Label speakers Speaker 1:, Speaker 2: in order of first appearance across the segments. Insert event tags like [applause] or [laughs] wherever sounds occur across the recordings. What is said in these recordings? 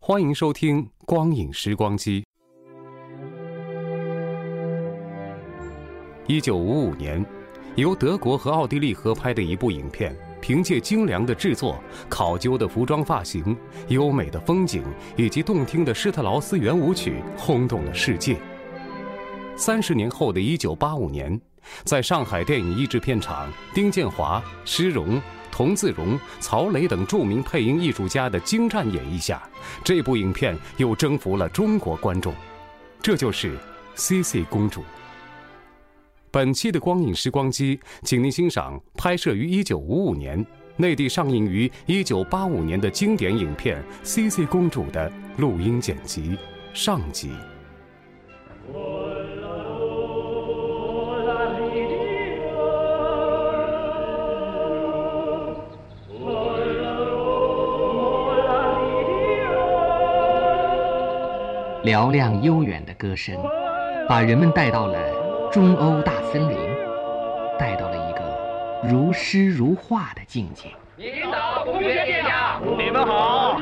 Speaker 1: 欢迎收听《光影时光机》。一九五五年，由德国和奥地利合拍的一部影片，凭借精良的制作、考究的服装发型、优美的风景以及动听的施特劳斯圆舞曲，轰动了世界。三十年后的一九八五年，在上海电影译制片厂，丁建华、施荣、童自荣、曹磊等著名配音艺术家的精湛演绎下，这部影片又征服了中国观众。这就是《C C 公主》。本期的光影时光机，请您欣赏拍摄于1955年、内地上映于1985年的经典影片《C C 公主》的录音剪辑上集。
Speaker 2: [laughs]
Speaker 3: 嘹亮悠远的歌声，把人们带到了中欧大森林，带到了一个如诗如画的境界。
Speaker 4: 领导，同学殿
Speaker 2: [laughs]
Speaker 4: 下，
Speaker 5: 你们好，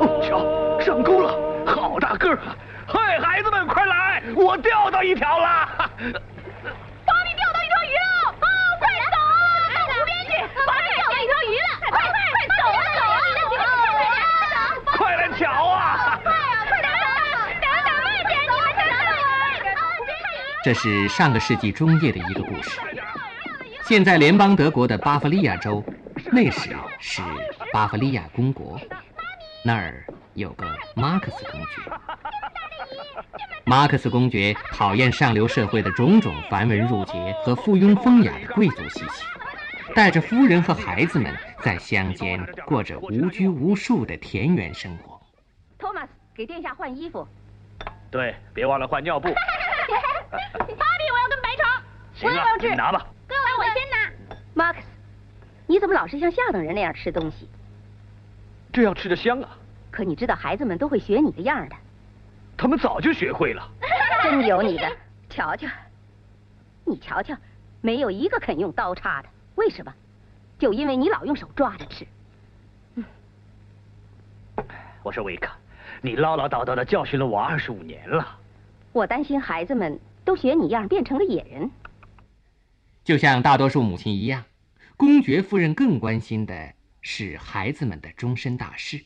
Speaker 4: 哦，瞧，上钩了，好大个儿啊！
Speaker 5: 嘿，孩子们快来，我钓到一条啦！
Speaker 2: 帮你钓到一条鱼了！啊，快走啊！到湖边去，帮你钓到一条鱼了！快快快走啊走啊！走啊！
Speaker 5: 快来瞧啊！
Speaker 2: 快啊！快点啊！等等慢点，你们等等啊！
Speaker 3: 这是上个世纪中叶的一个故事。现在联邦德国的巴伐利亚州，那时啊是巴伐利亚公国，那儿有个马克思公爵。马克思公爵讨厌上流社会的种种繁文缛节和附庸风雅的贵族习气，带着夫人和孩子们在乡间过着无拘无束的田园生活。
Speaker 2: 托马斯，给殿下换衣服。
Speaker 5: 对，别忘了换
Speaker 2: [laughs]
Speaker 5: 尿布。
Speaker 2: 芭比，我要跟白虫。
Speaker 5: 行
Speaker 2: 我也
Speaker 5: 了
Speaker 2: 要，吃
Speaker 5: 你拿吧。
Speaker 2: 哥，我先拿。马克思，你怎么老是像下等人那样吃东西？
Speaker 5: 这样吃着香啊！
Speaker 2: 可你知道孩子们都会学你的样儿的，
Speaker 5: 他们早就学会了。
Speaker 2: 真有你的。瞧瞧，你瞧瞧，没有一个肯用刀叉的，为什么？就因为你老用手抓着吃。
Speaker 5: 我说维克，你唠唠叨叨的教训了我二十五年了。
Speaker 2: 我担心孩子们都学你样儿变成了野人。
Speaker 3: 就像大多数母亲一样，公爵夫人更关心的是孩子们的终身大事。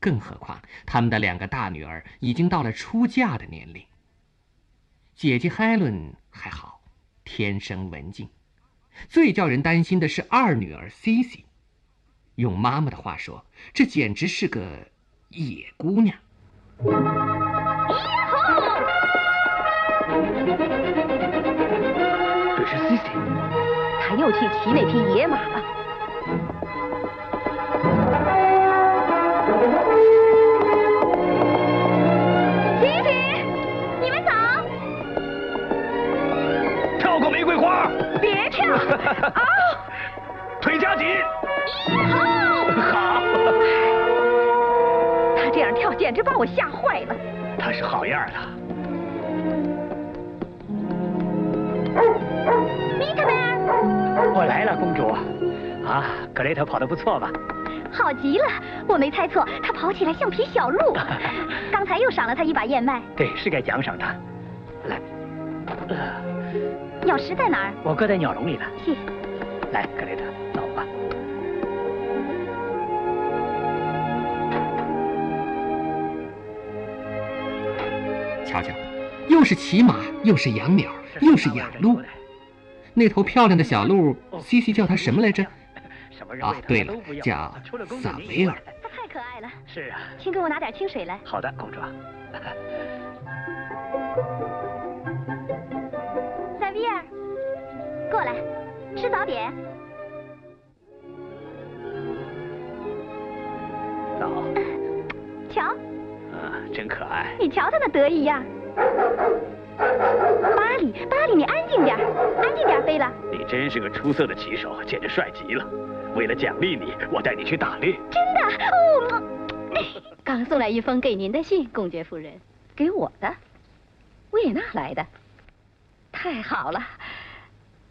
Speaker 3: 更何况，他们的两个大女儿已经到了出嫁的年龄。姐姐海伦还好，天生文静。最叫人担心的是二女儿 Cici，用妈妈的话说，这简直是个野姑娘。
Speaker 5: 这是 Cici，
Speaker 2: 他又去骑那匹野马了。西西，你们走，
Speaker 5: 跳过玫瑰花，
Speaker 2: 别跳！
Speaker 5: [laughs] 腿夹紧。好，
Speaker 2: 他这样跳简直把我吓坏了。
Speaker 5: 他是好样的。
Speaker 2: 米特曼，
Speaker 5: 我来了，公主。啊，格雷特跑得不错吧？
Speaker 2: 好极了，我没猜错，他跑起来像匹小鹿。刚才又赏了他一把燕麦，
Speaker 5: 对，是该奖赏他。来，呃，
Speaker 2: 鸟食在哪儿？
Speaker 5: 我搁在鸟笼里呢。
Speaker 2: 谢谢。
Speaker 5: 来，格雷特，走吧。
Speaker 3: 瞧瞧，又是骑马，又是养鸟，又是养鹿。那头漂亮的小鹿，西西叫它什么来着？啊，对了，叫
Speaker 5: 啊
Speaker 3: 萨维尔。
Speaker 2: 他太可爱了，
Speaker 5: 是啊，
Speaker 2: 请给我拿点清水来。
Speaker 5: 好的，公主。
Speaker 2: 萨维尔，过来，吃早点。
Speaker 5: 早，
Speaker 2: 瞧，
Speaker 5: 啊，真可爱。
Speaker 2: 你瞧他那得意样。巴里，巴里，你安静点儿，安静点儿，贝拉。
Speaker 5: 你真是个出色的骑手，简直帅极了。为了奖励你，我带你去打猎。
Speaker 2: 真的，哦，刚送来一封给您的信，公爵夫人，给我的，维也纳来的，太好了，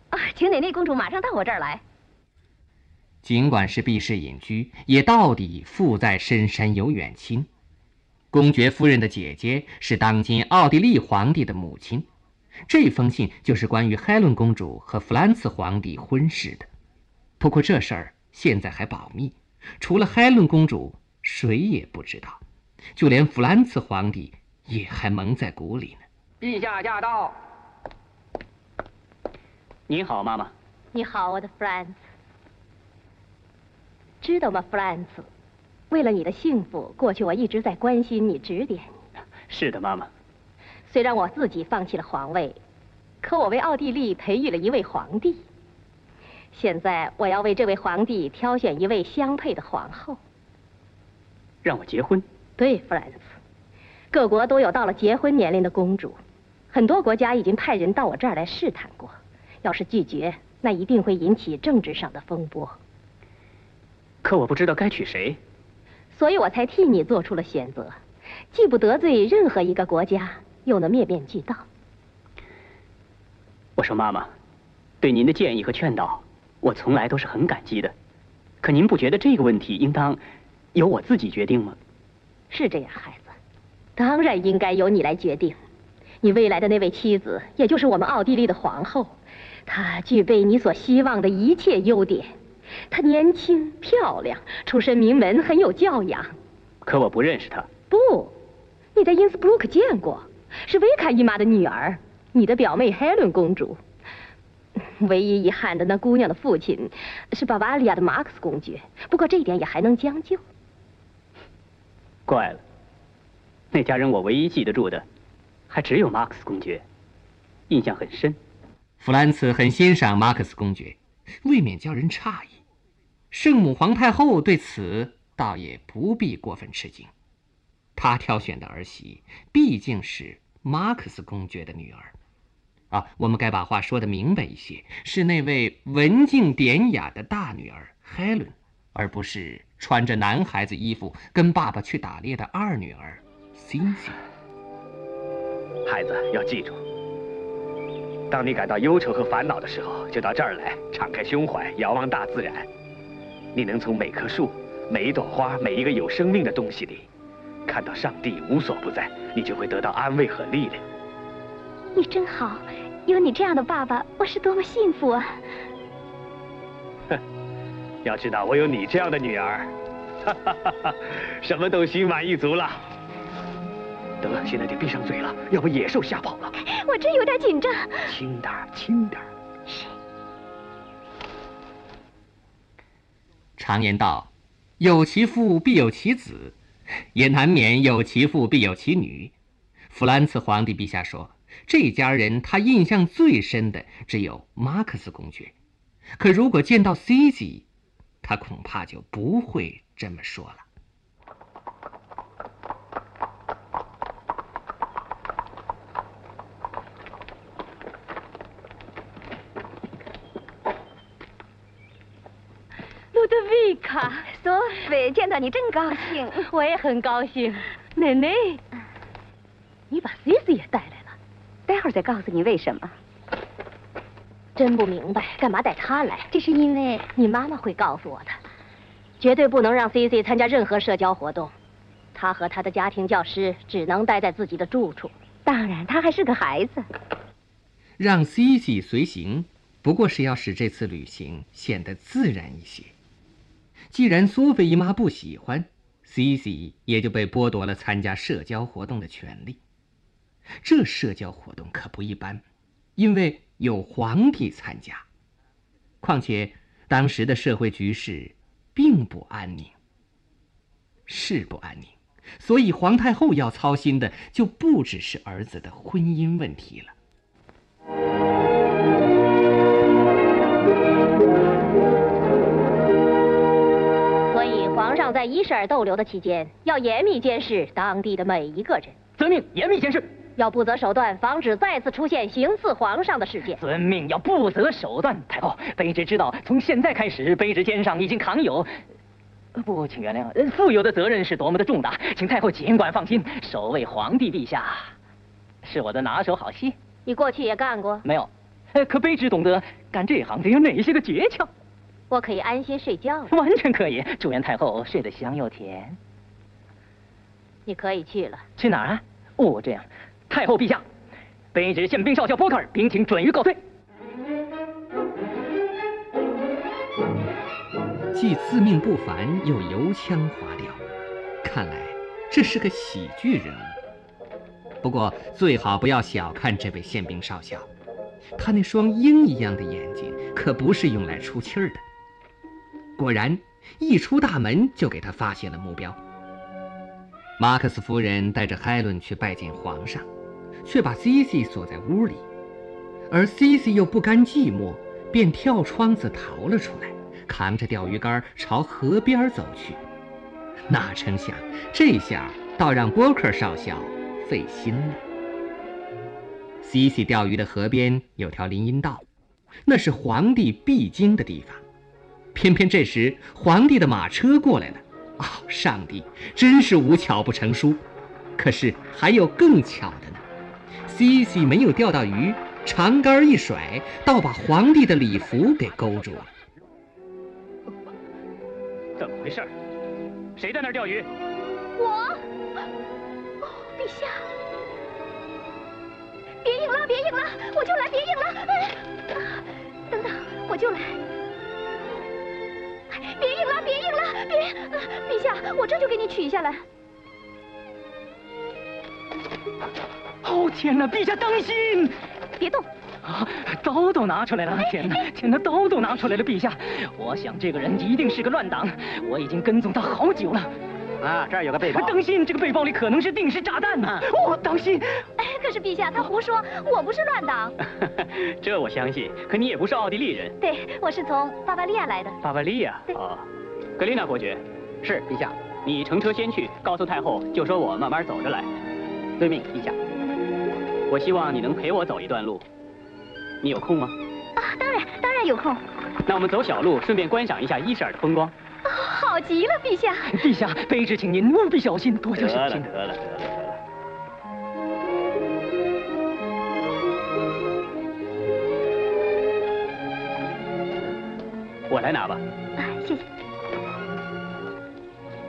Speaker 2: 啊，请奶奶公主马上到我这儿来。
Speaker 3: 尽管是避世隐居，也到底富在深山有远亲。公爵夫人的姐姐是当今奥地利皇帝的母亲，这封信就是关于海伦公主和弗兰茨皇帝婚事的。不过这事儿现在还保密，除了海伦公主，谁也不知道，就连弗兰茨皇帝也还蒙在鼓里呢。
Speaker 4: 陛下驾到！
Speaker 5: 您好，妈妈。
Speaker 2: 你好，我的 Franz，知道吗，Franz？为了你的幸福，过去我一直在关心你、指点你。
Speaker 5: 是的，妈妈。
Speaker 2: 虽然我自己放弃了皇位，可我为奥地利培育了一位皇帝。现在我要为这位皇帝挑选一位相配的皇后。
Speaker 5: 让我结婚。
Speaker 2: 对，弗兰茨，各国都有到了结婚年龄的公主，很多国家已经派人到我这儿来试探过。要是拒绝，那一定会引起政治上的风波，
Speaker 5: 可我不知道该娶谁。
Speaker 2: 所以我才替你做出了选择，既不得罪任何一个国家，又能面面俱到。
Speaker 5: 我说妈妈，对您的建议和劝导，我从来都是很感激的。可您不觉得这个问题应当由我自己决定吗？
Speaker 2: 是这样，孩子，当然应该由你来决定。你未来的那位妻子，也就是我们奥地利的皇后，她具备你所希望的一切优点。她年轻漂亮，出身名门，很有教养。
Speaker 5: 可我不认识她。
Speaker 2: 不，你在因斯布鲁克见过，是维卡姨妈的女儿，你的表妹海伦公主。唯一遗憾的，那姑娘的父亲是巴伐利亚的马克思公爵，不过这一点也还能将就。
Speaker 5: 怪了，那家人我唯一记得住的，还只有马克思公爵，印象很深。
Speaker 3: 弗兰茨很欣赏马克思公爵，未免叫人诧异。圣母皇太后对此倒也不必过分吃惊，她挑选的儿媳毕竟是马克思公爵的女儿。啊，我们该把话说得明白一些，是那位文静典雅的大女儿海伦，而不是穿着男孩子衣服跟爸爸去打猎的二女儿辛辛。
Speaker 5: 孩子要记住，当你感到忧愁和烦恼的时候，就到这儿来，敞开胸怀，遥望大自然。你能从每棵树、每一朵花、每一个有生命的东西里，看到上帝无所不在，你就会得到安慰和力量。
Speaker 2: 你真好，有你这样的爸爸，我是多么幸福啊！
Speaker 5: 要知道，我有你这样的女儿， [laughs] 哈哈哈哈，什么都心满意足了。得了，现在得闭上嘴了，要不野兽吓跑了。
Speaker 2: [laughs] 我真有点紧张。
Speaker 5: 轻点儿，轻点儿。
Speaker 3: 常言道：“有其父必有其子”，也难免有其父必有其女。弗兰茨皇帝陛下说，这家人他印象最深的只有马克思公爵，可如果见到 C C，他恐怕就不会这么说了。
Speaker 2: 路德维 [laughs] 卡，索菲，见到你真高兴， [laughs] 我也很高兴。 [laughs] 奶奶，你把 c c 也带来了，待会儿再告诉你为什么。真不明白，干嘛带她来？这是因为你妈妈会告诉我的，绝对不能让 c c 参加任何社交活动。她和她的家庭教师只能待在自己的住处。当然，她还是个孩子。
Speaker 3: 让 C C 随行，不过是要使这次旅行显得自然一些。既然索菲姨妈不喜欢，C C 也就被剥夺了参加社交活动的权利。这社交活动可不一般，因为有皇帝参加。况且当时的社会局势并不安宁，是不安宁，所以皇太后要操心的就不只是儿子的婚姻问题了。
Speaker 2: 所以，皇上在伊什尔逗留的期间，要严密监视当地的每一个人，
Speaker 4: 遵命，严密监视。
Speaker 2: 要不择手段防止再次出现行刺皇上的事件。
Speaker 4: 遵命，要不择手段。太后，卑职知道，从现在开始，卑职肩上已经扛有，呃不，请原谅，呃负有的责任是多么的重大，请太后尽管放心，守卫皇帝陛下，是我的拿手好戏。
Speaker 2: 你过去也干过，
Speaker 4: 没有，呃可卑职懂得干这行得有哪些个诀窍，
Speaker 2: 我可以安心睡觉了。
Speaker 4: 完全可以。祝愿太后睡得香又甜。
Speaker 2: 你可以去了。
Speaker 4: 去哪儿啊？哦，这样，太后陛下，卑职宪兵少校波克尔禀请准予告退。
Speaker 3: 既自命不凡，又油腔滑调，看来这是个喜剧人物。不过最好不要小看这位宪兵少校，他那双鹰一样的眼睛可不是用来出气儿的。果然，一出大门就给他发现了目标。马克思夫人带着海伦去拜见皇上，却把 Cici 锁在屋里，而 Cici 又不甘寂寞，便跳窗子逃了出来，扛着钓鱼竿朝河边走去。哪成想，这下倒让波克少校费心了。Cici 钓鱼的河边有条林荫道，那是皇帝必经的地方。偏偏这时，皇帝的马车过来了。哦，上帝，真是无巧不成书。可是还有更巧的呢。西西没有钓到鱼，长杆一甩，倒把皇帝的礼服给勾住了。
Speaker 5: 怎么回事儿？谁在那儿钓鱼？
Speaker 2: 我，陛下，别硬了，别硬了，我就来，别硬了。等等，我就来。别硬了，别硬了，别！陛下，我这就给你取下来。
Speaker 4: 哦天哪，陛下当心！
Speaker 2: 别动，
Speaker 4: 啊，刀都拿出来了！天哪，天哪，刀都拿出来了！陛下，我想这个人一定是个乱党，我已经跟踪他好久了。
Speaker 5: 啊，这儿有个背包。
Speaker 4: 当心，这个背包里可能是定时炸弹呢、哦，当心！
Speaker 2: 哎可是陛下他胡说，我不是乱党，
Speaker 5: [laughs] 这我相信，可你也不是奥地利人，
Speaker 2: 对我是从巴伐利亚来的。
Speaker 5: 巴伐利亚
Speaker 2: 对
Speaker 5: 啊。格丽娜伯爵，
Speaker 6: 是，陛下，
Speaker 5: 你乘车先去，告诉太后，就说我慢慢走着来。
Speaker 6: 遵命，陛下。
Speaker 5: 我希望你能陪我走一段路。你有空吗？
Speaker 2: 当然，当然有空，
Speaker 5: 那我们走小路，顺便观赏一下伊舍尔的风光。
Speaker 2: 好极了，陛下。
Speaker 4: 陛下，卑职请您务必小心，多加
Speaker 5: 得
Speaker 4: 小
Speaker 5: 了，
Speaker 4: 心。
Speaker 5: 得了，得了，得了。我来拿吧。
Speaker 2: 啊，谢谢。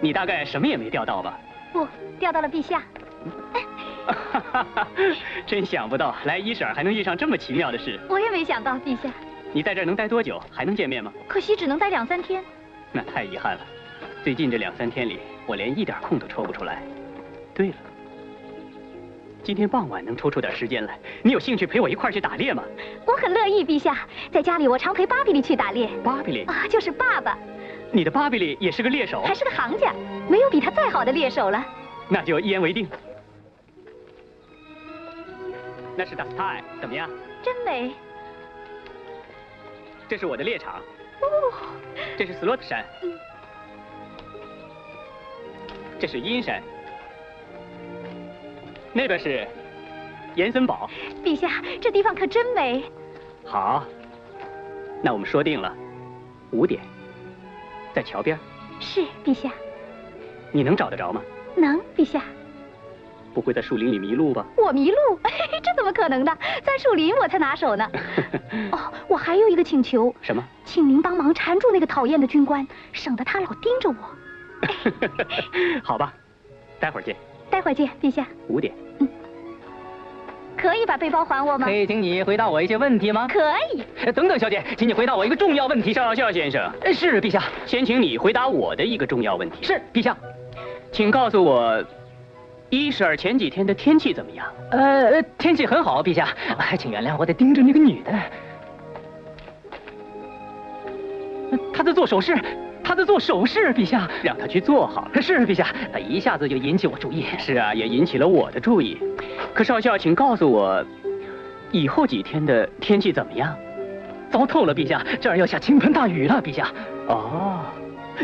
Speaker 5: 你大概什么也没钓到吧？ [laughs]
Speaker 2: 不，掉到了陛下。
Speaker 5: 哈哈哈，真想不到，来伊舍尔还能遇上这么奇妙的事。
Speaker 2: 我也没想到，陛下。
Speaker 5: 你在这儿能待多久？还能见面吗？
Speaker 2: 可惜只能待两三天。
Speaker 5: 那太遗憾了。最近这两三天里，我连一点空都抽不出来。对了，今天傍晚能抽出点时间来，你有兴趣陪我一块儿去打猎吗？
Speaker 2: 我很乐意，陛下。在家里，我常陪巴比利去打猎。
Speaker 5: 巴比利，
Speaker 2: 啊，就是爸爸，
Speaker 5: 你的巴比利也是个猎手
Speaker 2: 还，是个行家，没有比他再好的猎手了。
Speaker 5: 那就一言为定。那是 Das t i 怎么样？
Speaker 2: 真美，
Speaker 5: 这是我的猎场。这是斯洛特山。这是阴山。那边是延森堡。
Speaker 2: 陛下，这地方可真美。
Speaker 5: 好，那我们说定了，五点，在桥边儿，
Speaker 2: 是，陛下，
Speaker 5: 你能找得着吗？
Speaker 2: 能，陛下。
Speaker 5: 不会在树林里迷路吧？
Speaker 2: 我迷路， [laughs] 这怎么可能呢？在树林我才拿手呢。哦，我还有一个请求，
Speaker 5: 什么？ [laughs]
Speaker 2: 请您帮忙缠住那个讨厌的军官，省得他老盯着我。
Speaker 5: 好吧，待会儿见，
Speaker 2: 待会儿见，陛下。
Speaker 5: 五点。
Speaker 2: 可以把背包还我吗
Speaker 4: 可？以请你回答我一些问题吗？
Speaker 2: 可以。
Speaker 4: 呃等等，小姐，请你回答我一个重要问题。
Speaker 5: 少校先生，
Speaker 4: 呃是陛下，
Speaker 5: 先请你回答我的一个重要问题。
Speaker 4: 是陛下。
Speaker 5: 请告诉我，伊舍尔前几天的天气怎么样？啊
Speaker 7: 呃，天气很好，陛下，还请原谅我得盯着那个女的。呃她在做手势，她在做手势，陛下。
Speaker 5: 让他去做好了。
Speaker 7: 是陛下，她一下子就引起我注意。
Speaker 5: 是啊，也引起了我的注意。可少校，请告诉我，以后几天的天气怎么样？
Speaker 7: 糟透了，陛下，这儿要下倾盆大雨了，陛下。
Speaker 5: 哦，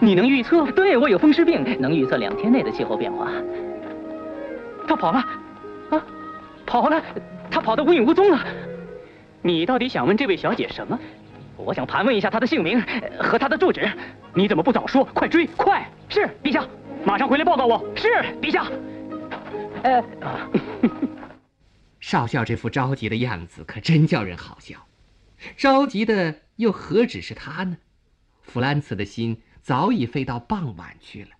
Speaker 5: 你能预测？
Speaker 7: 对我有风湿病，能预测两天内的气候变化。她跑了，啊，跑了，她跑得无影无踪了。
Speaker 5: 你到底想问这位小姐什么？
Speaker 7: 我想盘问一下她的姓名呃和她的住址。
Speaker 5: 你怎么不早说？快追，快！
Speaker 7: 是陛下，
Speaker 5: 马上回来报告我。
Speaker 7: 是陛下。呃，啊
Speaker 3: 少校这副着急的样子可真叫人好笑，着急的又何止是他呢？弗兰茨的心早已飞到傍晚去了，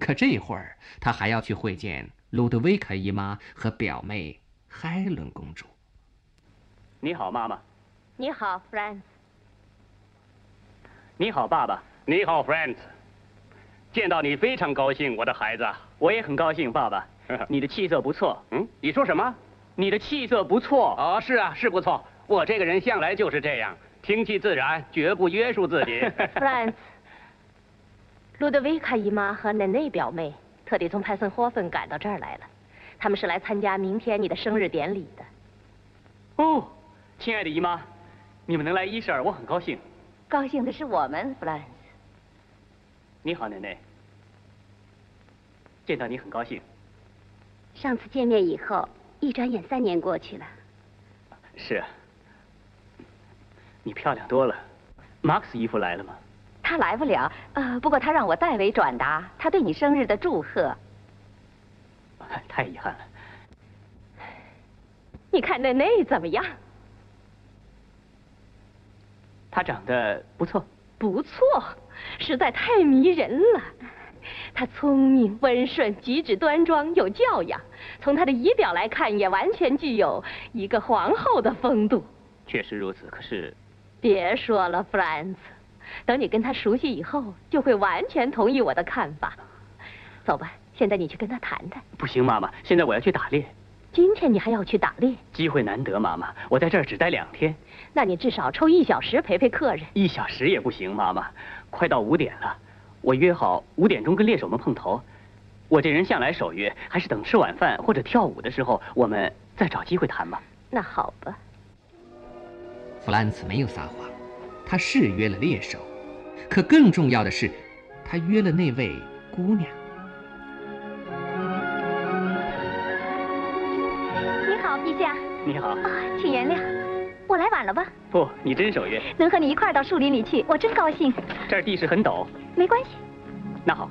Speaker 3: 可这会儿他还要去会见卢德维卡姨妈和表妹海伦公主。
Speaker 5: 你好，妈妈。
Speaker 2: 你好，Franz。
Speaker 5: 你好，爸爸。
Speaker 8: 你好，Friends，见到你非常高兴，我的孩子。
Speaker 5: 我也很高兴，
Speaker 8: [laughs]
Speaker 5: 爸爸。你的气色不错，
Speaker 8: 嗯，你说什么？
Speaker 5: 你的气色不错。
Speaker 8: 哦，是啊，是不错。我这个人向来就是这样，听其自然，绝不约束
Speaker 5: [laughs]
Speaker 8: 自己。
Speaker 2: Franz，路德维卡姨妈和奶奶表妹特地从派森霍芬赶到这儿来了，他们是来参加明天你的生日典礼的。
Speaker 5: 哦，亲爱的姨妈，你们能来伊舍尔，我很高兴。
Speaker 2: 高兴的是我们，Franz。
Speaker 5: 你好，奶奶。见到你很高兴。
Speaker 9: 上次见面以后，一转眼三年过去了。
Speaker 5: 是啊。你漂亮多了。马克思姨夫来了吗？
Speaker 2: 他来不了，呃，不过他让我代为转达他对你生日的祝贺。
Speaker 5: 太遗憾了。
Speaker 2: 你看奶奶怎么样？
Speaker 5: 她长得不错。
Speaker 2: 不错，实在太迷人了。她聪明、温顺，举止端庄，有教养。从她的仪表来看，也完全具有一个皇后的风度。
Speaker 5: 确实如此，可是
Speaker 2: 别说了，弗兰茨，等你跟她熟悉以后，就会完全同意我的看法。走吧，现在你去跟她谈谈。
Speaker 5: 不行，妈妈，现在我要去打猎，
Speaker 2: 今天你还要去打猎，
Speaker 5: 机会难得，妈妈，我在这儿只待两天，
Speaker 2: 那你至少抽一小时陪陪客人。
Speaker 5: 一小时也不行，妈妈，快到五点了，我约好五点钟跟猎手们碰头。我这人向来守约，还是等吃晚饭或者跳舞的时候，我们再找机会谈吧。
Speaker 2: 那好吧，
Speaker 3: 弗兰茨没有撒谎，他是约了猎手，可更重要的是，他约了那位姑娘。
Speaker 9: 你好，陛下，
Speaker 5: 你好，
Speaker 9: 啊，请原谅，我来晚了吧？
Speaker 5: 不，你真守约，
Speaker 9: 能和你一块儿到树林里去，我真高兴。
Speaker 5: 这儿地势很陡。
Speaker 9: 没关系，
Speaker 5: 那好，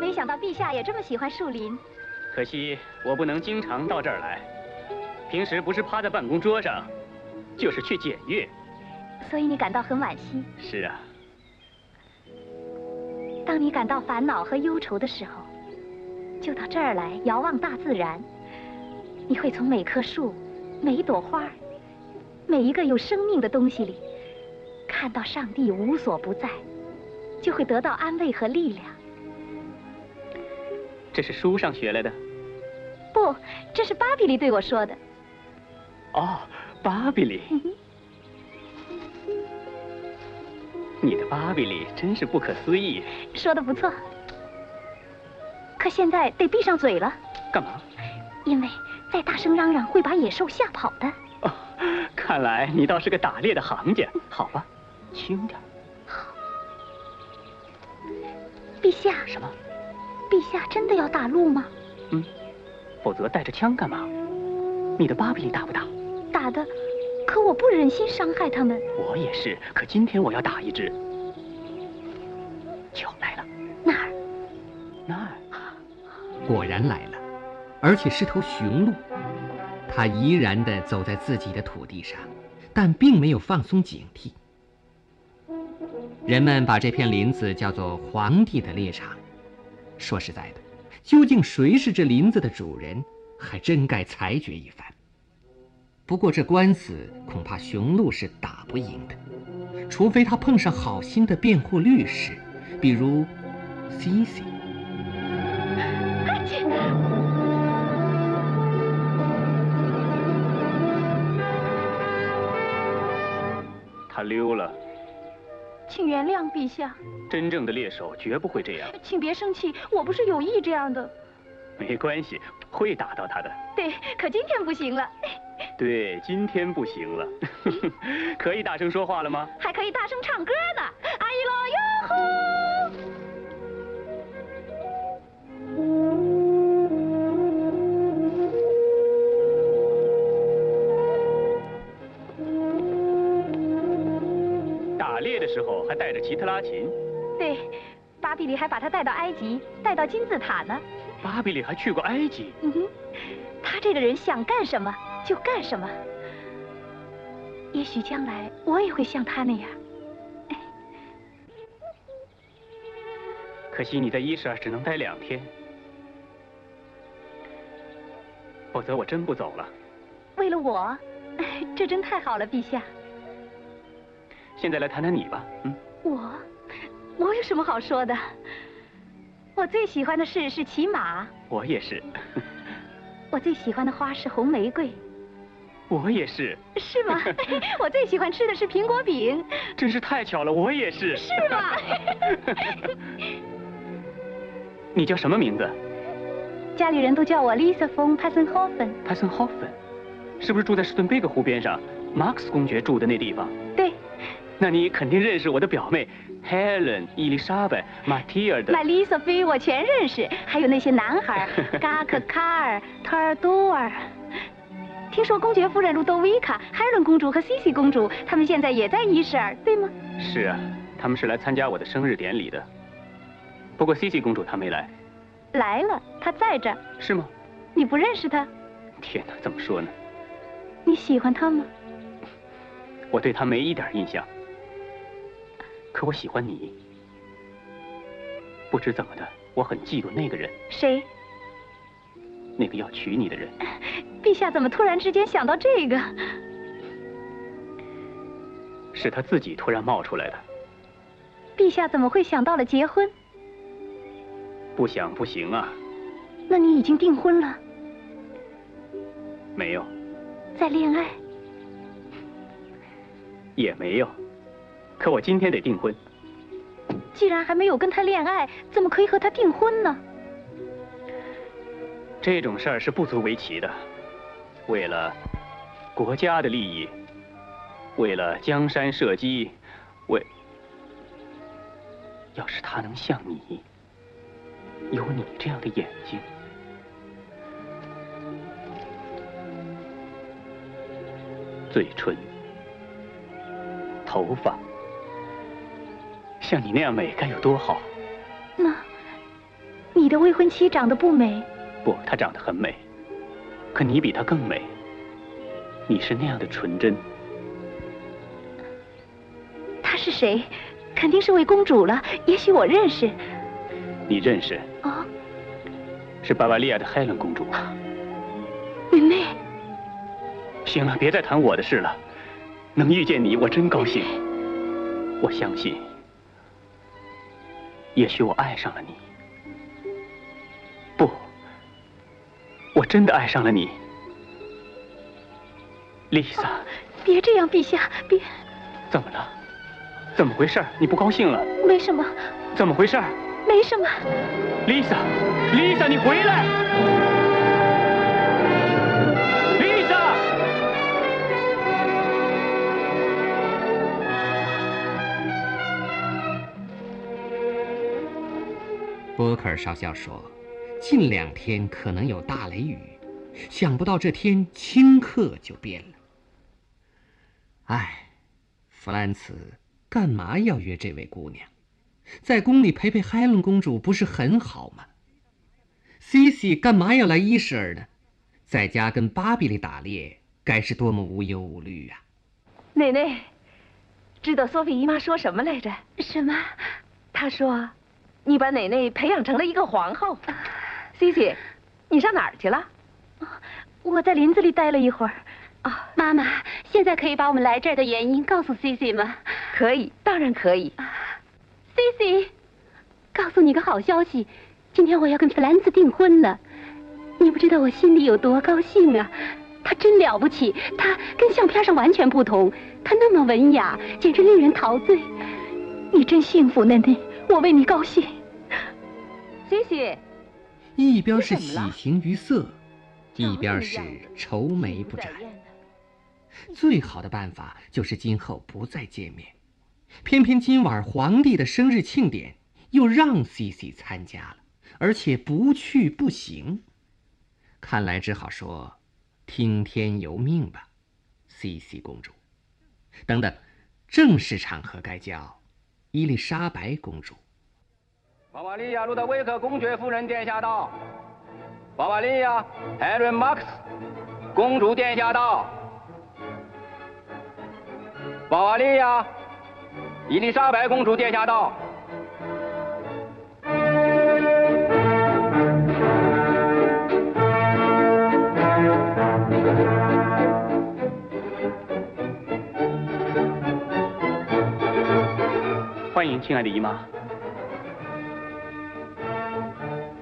Speaker 9: 没想到陛下也这么喜欢树林。
Speaker 5: 可惜我不能经常到这儿来，平时不是趴在办公桌上，就是去检阅。
Speaker 9: 所以你感到很惋惜。
Speaker 5: 是啊，
Speaker 9: 当你感到烦恼和忧愁的时候，就到这儿来遥望大自然，你会从每棵树、每一朵花儿、每一个有生命的东西里，看到上帝无所不在，就会得到安慰和力量。
Speaker 5: 这是书上学来的。
Speaker 9: 不，这是巴比里对我说的。
Speaker 5: 哦，巴比里， [laughs] 你的巴比里真是不可思议。
Speaker 9: 说的不错。可现在得闭上嘴了，
Speaker 5: 干嘛？
Speaker 9: 因为再大声嚷嚷会把野兽吓跑的。
Speaker 5: 哦，看来你倒是个打猎的行家。好吧，轻点儿。
Speaker 9: 陛下，
Speaker 5: 什么？
Speaker 9: 陛下真的要打鹿吗？
Speaker 5: 嗯，否则带着枪干嘛？你的巴比里大不大？
Speaker 9: 打的，可我不忍心伤害他们。
Speaker 5: 我也是，可今天我要打一只。巧来了，
Speaker 9: 那儿，
Speaker 5: 那儿。
Speaker 3: 果然来了，而且是头雄鹿。它怡然地走在自己的土地上，但并没有放松警惕。人们把这片林子叫做“皇帝的猎场”。说实在的，究竟谁是这林子的主人，还真该裁决一番。不过这官司恐怕雄鹿是打不赢的，除非他碰上好心的辩护律师，比如 c c
Speaker 2: 哎
Speaker 5: 他溜了。
Speaker 2: 请原谅陛下，
Speaker 5: 真正的猎手绝不会这样。
Speaker 2: 请别生气，我不是有意这样的。
Speaker 5: 没关系，会打到他的。
Speaker 2: 对，可今天不行了，
Speaker 5: 对，今天不行了。 [laughs] 可以大声说话了吗？
Speaker 2: 还可以大声唱歌呢。阿依罗哟呼！
Speaker 5: 打猎的时候还带着奇特拉琴。
Speaker 2: 对，巴比里还把他带到埃及，带到金字塔呢。
Speaker 5: 巴比里还去过埃及。
Speaker 2: 嗯哼，他这个人想干什么就干什么。也许将来我也会像他那样。
Speaker 5: 可惜你在伊舍尔只能待两天，否则我真不走了。
Speaker 2: 为了我， [laughs] 哎这真太好了，陛下。
Speaker 5: 现在来谈谈你吧，嗯，
Speaker 2: 我，我有什么好说的？我最喜欢的事是骑马，
Speaker 5: 我也是，
Speaker 2: 我最喜欢的花是红玫瑰，
Speaker 5: 我也是，
Speaker 2: 是吗？ [laughs] 我最喜欢吃的是苹果饼，
Speaker 5: 真是太巧了，我也是。
Speaker 2: 是吗？
Speaker 5: [laughs] 你叫什么名字
Speaker 2: 家里人都叫我 Lisa von p a s s e n h o f e n
Speaker 5: ？Passenhofen，是不是住在史顿贝格湖边上，Max 公爵住的那地方？
Speaker 2: 对，
Speaker 5: 那你肯定认识我的表妹 Helen、伊丽莎白、马蒂尔的。
Speaker 2: 玛丽索菲我全认识，还有那些男孩儿，嘎克卡尔、特尔多尔。听说公爵夫人路多维卡、海伦公主和西西公主，她们现在也在伊舍尔，对吗？
Speaker 5: 是啊，他们是来参加我的生日典礼的。不过 Cici 公主她没来，
Speaker 2: 来了，她在这儿，
Speaker 5: 是吗？
Speaker 2: 你不认识她？
Speaker 5: 天哪，怎么说呢？
Speaker 2: 你喜欢她吗？
Speaker 5: 我对她没一点印象。可我喜欢你。不知怎么的，我很嫉妒那个人，
Speaker 2: 谁？
Speaker 5: 那个要娶你的人。
Speaker 2: 陛下怎么突然之间想到这个？
Speaker 5: 是他自己突然冒出来的。
Speaker 2: 陛下怎么会想到了结婚？
Speaker 5: 不想不行啊，
Speaker 2: 那你已经订婚了，
Speaker 5: 没有，
Speaker 2: 在恋爱？
Speaker 5: 也没有。可我今天得订婚，
Speaker 2: 既然还没有跟他恋爱，怎么可以和他订婚呢？
Speaker 5: 这种事儿是不足为奇的。为了国家的利益，为了江山社稷，为……要是他能像你，有你这样的眼睛，嘴唇、头发，像你那样美，该有多好！
Speaker 2: 那你的未婚妻长得不美，
Speaker 5: 不，她长得很美，可你比她更美。你是那样的纯真，
Speaker 2: 她是谁？肯定是位公主了，也许我认识。
Speaker 5: 你认识，
Speaker 2: 哦，
Speaker 5: 是巴瓦利亚的海伦公主。
Speaker 2: 你妹，
Speaker 5: 行了，别再谈我的事了。能遇见你，我真高兴。我相信，也许我爱上了你。不，我真的爱上了你，Lisa。
Speaker 2: 别这样，陛下，别，
Speaker 5: 怎么了？怎么回事儿？你不高兴了？
Speaker 2: 没什么，
Speaker 5: 怎么回事儿
Speaker 2: 没什么。
Speaker 5: ？Lisa，Lisa，你回来！Lisa，
Speaker 3: 波克尔少校说，近两天可能有大雷雨，想不到这天顷刻就变了。唉，弗兰茨干嘛要约这位姑娘？在宫里陪陪海伦公主不是很好吗？西西干嘛要来伊舍尔呢？在家跟巴比里打猎，该是多么无忧无虑啊！
Speaker 2: 奶奶，知道索菲姨妈说什么来着？什么？她说，你把奶奶培养成了一个皇后。哦西西，你上哪儿去了？我在林子里待了一会儿。哦妈妈，现在可以把我们来这儿的原因告诉 Cici 吗？可以，当然可以。Cici，告诉你个好消息，今天我要跟弗兰兹订婚了。你不知道我心里有多高兴啊！他真了不起，他跟相片上完全不同，他那么文雅，简直令人陶醉。你真幸福，嫩嫩，我为你高兴。Cici，
Speaker 3: 一边是喜形于色，一边是愁眉不展。最好的办法就是今后不再见面，偏偏今晚皇帝的生日庆典又让 Cici 参加了，而且不去不行。看来只好说，听天由命吧，Cici 公主。等等，正式场合该叫伊丽莎白公主。
Speaker 4: 巴瓦利亚路的威克公爵夫人殿下到。巴瓦利亚 Harry Max 公主殿下到。巴瓦利亚伊丽莎白公主殿下到。
Speaker 5: 欢迎，亲爱的姨妈。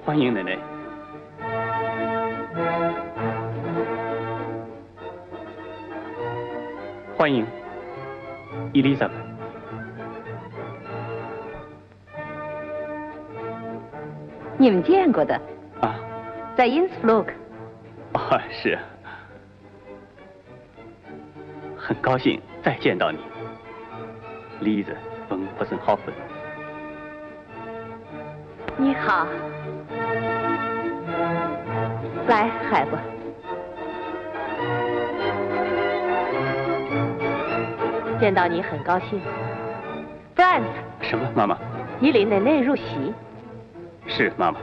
Speaker 5: 欢迎奶奶。欢迎，Elizabeth。
Speaker 2: 你们见过的，
Speaker 5: 啊，
Speaker 2: 在 Innsbruck。
Speaker 5: 啊，是啊。很高兴再见到你，Lisa von f o s s e n h o f e n
Speaker 2: 你好，来，孩子。见到你很高兴。Franz，
Speaker 5: 什么，妈妈？
Speaker 2: 你领奶奶入席。
Speaker 5: 是妈妈。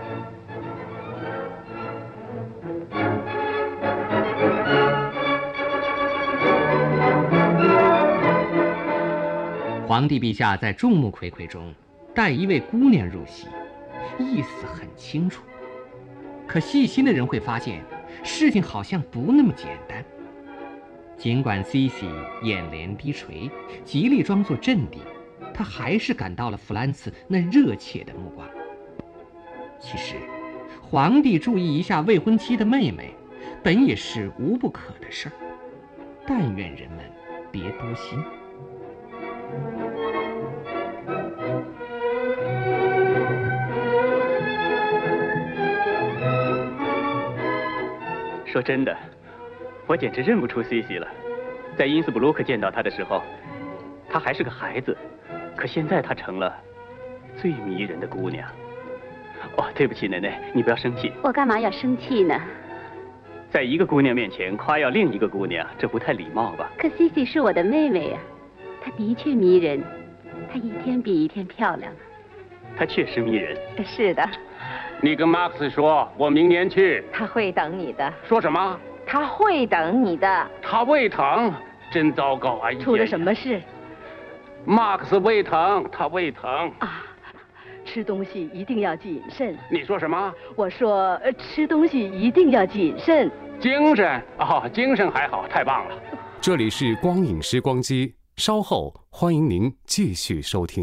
Speaker 3: 皇帝陛下在众目睽睽中带一位姑娘入席，意思很清楚。可细心的人会发现，事情好像不那么简单。尽管 Cici 眼帘低垂，极力装作镇定，她还是感到了弗兰茨那热切的目光。其实，皇帝注意一下未婚妻的妹妹，本也是无不可的事儿。但愿人们别多心。
Speaker 5: 说真的，我简直认不出 Cici 了。在因斯布鲁克见到她的时候，她还是个孩子，可现在她成了最迷人的姑娘。哦，对不起，奶奶，你不要生气。
Speaker 2: 我干嘛要生气呢？
Speaker 5: 在一个姑娘面前夸耀另一个姑娘，这不太礼貌吧？
Speaker 2: 可 Cici 是我的妹妹呀、她的确迷人，她一天比一天漂亮。
Speaker 5: 她确实迷人。
Speaker 2: 是的，
Speaker 4: 你跟 Max 说，我明年去。
Speaker 2: 她会等你的，
Speaker 4: 说什么？
Speaker 2: 她会等你的。
Speaker 4: 他胃疼，真糟糕啊！
Speaker 2: 出了什么事？
Speaker 4: ？Max 胃疼，他胃疼。
Speaker 10: 啊吃东西一定要谨慎。
Speaker 4: 你说什么？
Speaker 10: 我说，呃吃东西一定要谨慎。
Speaker 4: 精神哦，精神还好，太棒了。
Speaker 1: 这里是光影时光机，稍后欢迎您继续收听。